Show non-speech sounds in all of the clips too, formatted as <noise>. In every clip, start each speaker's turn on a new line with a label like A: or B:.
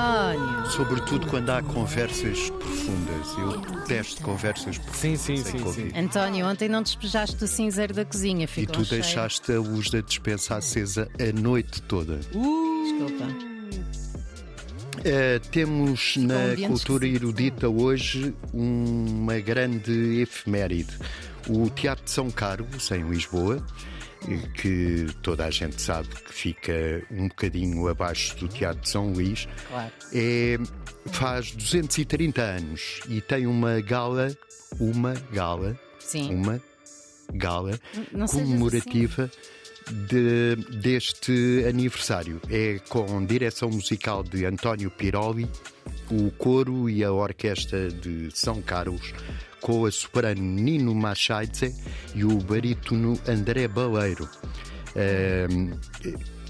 A: António.
B: Sobretudo quando há conversas profundas. Eu detesto conversas profundas.
C: Sim, sim,
B: sem
C: sim,
B: Covid.
A: É,
C: sim.
A: António, ontem não despejaste o cinzeiro da cozinha,
B: E
A: ficou
B: tu
A: um cheiro.
B: deixaste a luz da despensa acesa a noite toda.
A: Desculpa.
B: Eh, temos na
A: ambientes
B: cultura erudita hoje uma grande efeméride. O Teatro de São Carlos, em Lisboa, eh, que toda a gente sabe que fica um bocadinho abaixo do Teatro de São Luís,
A: Claro.
B: é- faz 230 anos e tem uma gala, uma gala,
A: Sim.
B: uma gala
A: não sejas assim.
B: comemorativa de- deste aniversário. É com direção musical de António Piroli, o coro e a orquestra de São Carlos, com a soprano Nino Machaidze e o barítono André Baleiro. Ahm,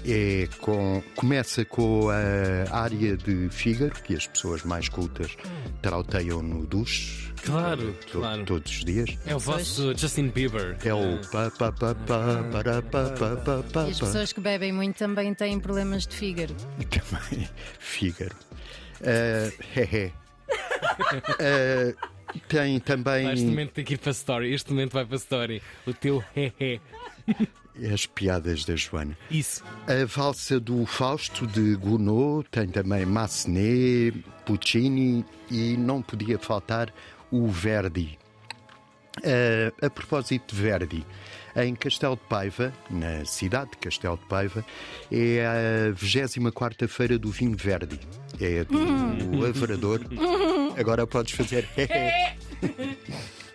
B: é com- começa com a área de Fígaro, que as pessoas mais cultas trauteiam no duche.
C: Claro,
B: to-
C: claro.
B: Todos os dias.
C: É o vosso Justin Bieber.
B: É o pa pa pa pa para pa pa pa pa
A: E as
B: pa.
A: pessoas que bebem muito também têm problemas de fígado.
B: E <laughs> também Fígaro. Ah, hehe. Ah, tem
C: Ah, Este
B: também
C: momento tem que ir para Story. Este momento vai para Story. O teu hehe.
B: as piadas da Joana.
C: Isso.
B: A valsa do Fausto de Gounod tem também Massenet, Puccini e não podia faltar o Verdi. Eh, a propósito de Verdi, em Castelo de Paiva, na cidade de Castelo de Paiva, é a 24 Feira do Vinho Verdi. É a do lavrador. Agora podes fazer. <laughs>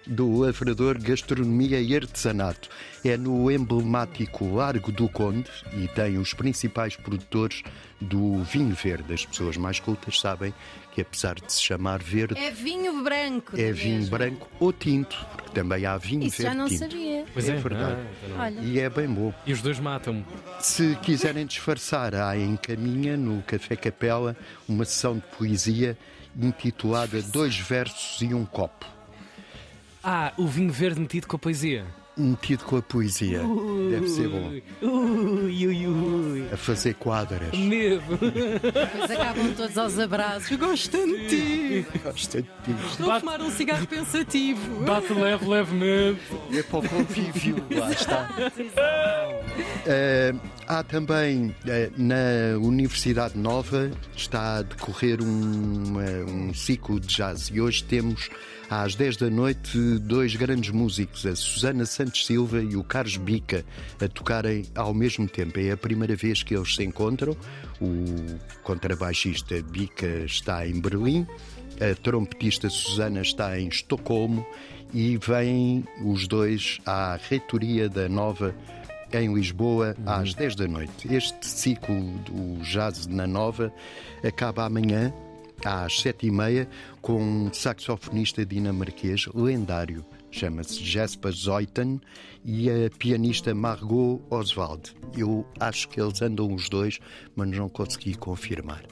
B: do lavrador Gastronomia e Artesanato. É no emblemático Largo do Conde e tem os principais produtores do vinho verde. As pessoas mais cultas sabem que, apesar de se chamar verde,
A: É vinho branco.
B: é
A: não
B: vinho
A: mesmo?
B: branco é ou tinto, porque também há vinho
A: Isso já
B: verde
A: não
B: tinto.
A: sabia.
C: Pois
B: É
C: é,
B: verdade.
C: Ah, então não.
A: Olha.
B: E é bem bom.
C: E os dois matam-me.
B: Se quiserem disfarçar, há em Caminha, no Café Capela, uma sessão de poesia intitulada Dois Versos e um Copo.
C: Ah, o vinho verde metido com a poesia.
B: Metido com a poesia. Deve ser bom.
C: Ui, ui, ui, ui.
B: A fazer quadras.
C: Medo.
A: Depois acabam todos aos abraços. Eu gosto tanto de ti.
B: Gosto de ti.
A: Vou fumar um cigarro pensativo.
C: Bate leve, levemente.
B: É para o convívio, lá está. Eh, há também eh, na Universidade Nova está a decorrer um, eh, um ciclo de jazz e hoje temos às 10 da noite dois grandes músicos, a Susana Santos Silva e o Carlos Bica, a tocarem ao mesmo tempo. É a primeira vez que eles se encontram. O contrabaixista Bica está em Berlim. A trompetista Susana está em Estocolmo e vêm os dois à reitoria da Nova em Lisboa
A: Uhum.
B: às 10 da noite. Este ciclo do Jazz na Nova acaba amanhã às 7 e meia com um saxofonista dinamarquês lendário. Chama-se Jasper Zeuthen e a pianista Margot Oswald. Eu acho que eles andam os dois, mas não consegui confirmar.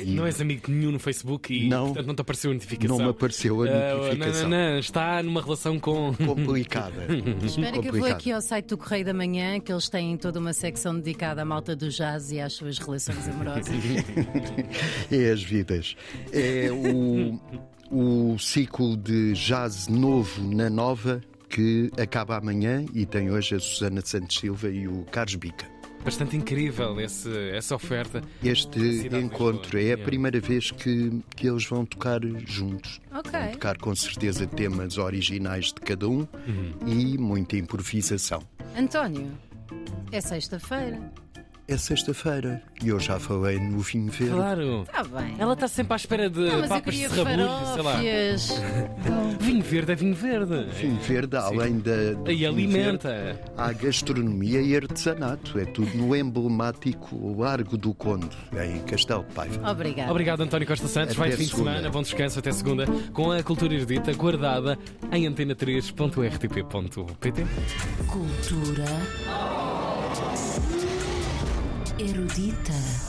A: é
B: E
C: Não és amigo de nenhum no Facebook e
B: Não.
C: portanto não te apareceu a notificação.
B: não me apareceu a
A: É,
C: Ah,
B: notificação.
C: nananã, está numa relação com. <laughs>
B: Complicada.
A: <laughs> Espera que eu vou
B: Complicada.
A: aqui ao site do Correio da Manhã, que eles têm toda uma secção dedicada à malta do jazz e às suas relações
B: <laughs>
A: amorosas.
B: É as vidas. É o, o ciclo de jazz novo na nova que acaba amanhã e tem hoje a Susana Santos Silva e o Carlos Bica.
C: Bastante incrível esse- essa oferta.
B: Este
C: cidade de
B: encontro
C: Lisboa,
B: é a
C: é.
B: primeira vez que, que eles vão tocar juntos.
A: Ok.
B: Vão tocar com certeza temas originais de cada um e muita improvisação.
A: António, é sexta-feira.
B: É sexta-feira e eu já falei no Vinho Verde.
C: Claro.
A: Está bem.
C: Ela está sempre à espera de
A: Não, mas eu
C: papas de
A: queria
C: serrabulho, sei lá.
A: farófias.
C: Vinho verde é vinho verde.
B: Vinho Verde, além da. do
C: É, E
B: Vinho Verde,
C: alimenta.
B: Há gastronomia e artesanato. É tudo no emblemático Largo do Conde, em Castelo de Paiva.
A: Obrigada.
C: Obrigado, António Costa Santos.
B: Até
C: Vai fim de
B: segunda.
C: semana, bom descanso até segunda, com a cultura erudita guardada em antena3.rtp.pt.
D: Cultura erudita.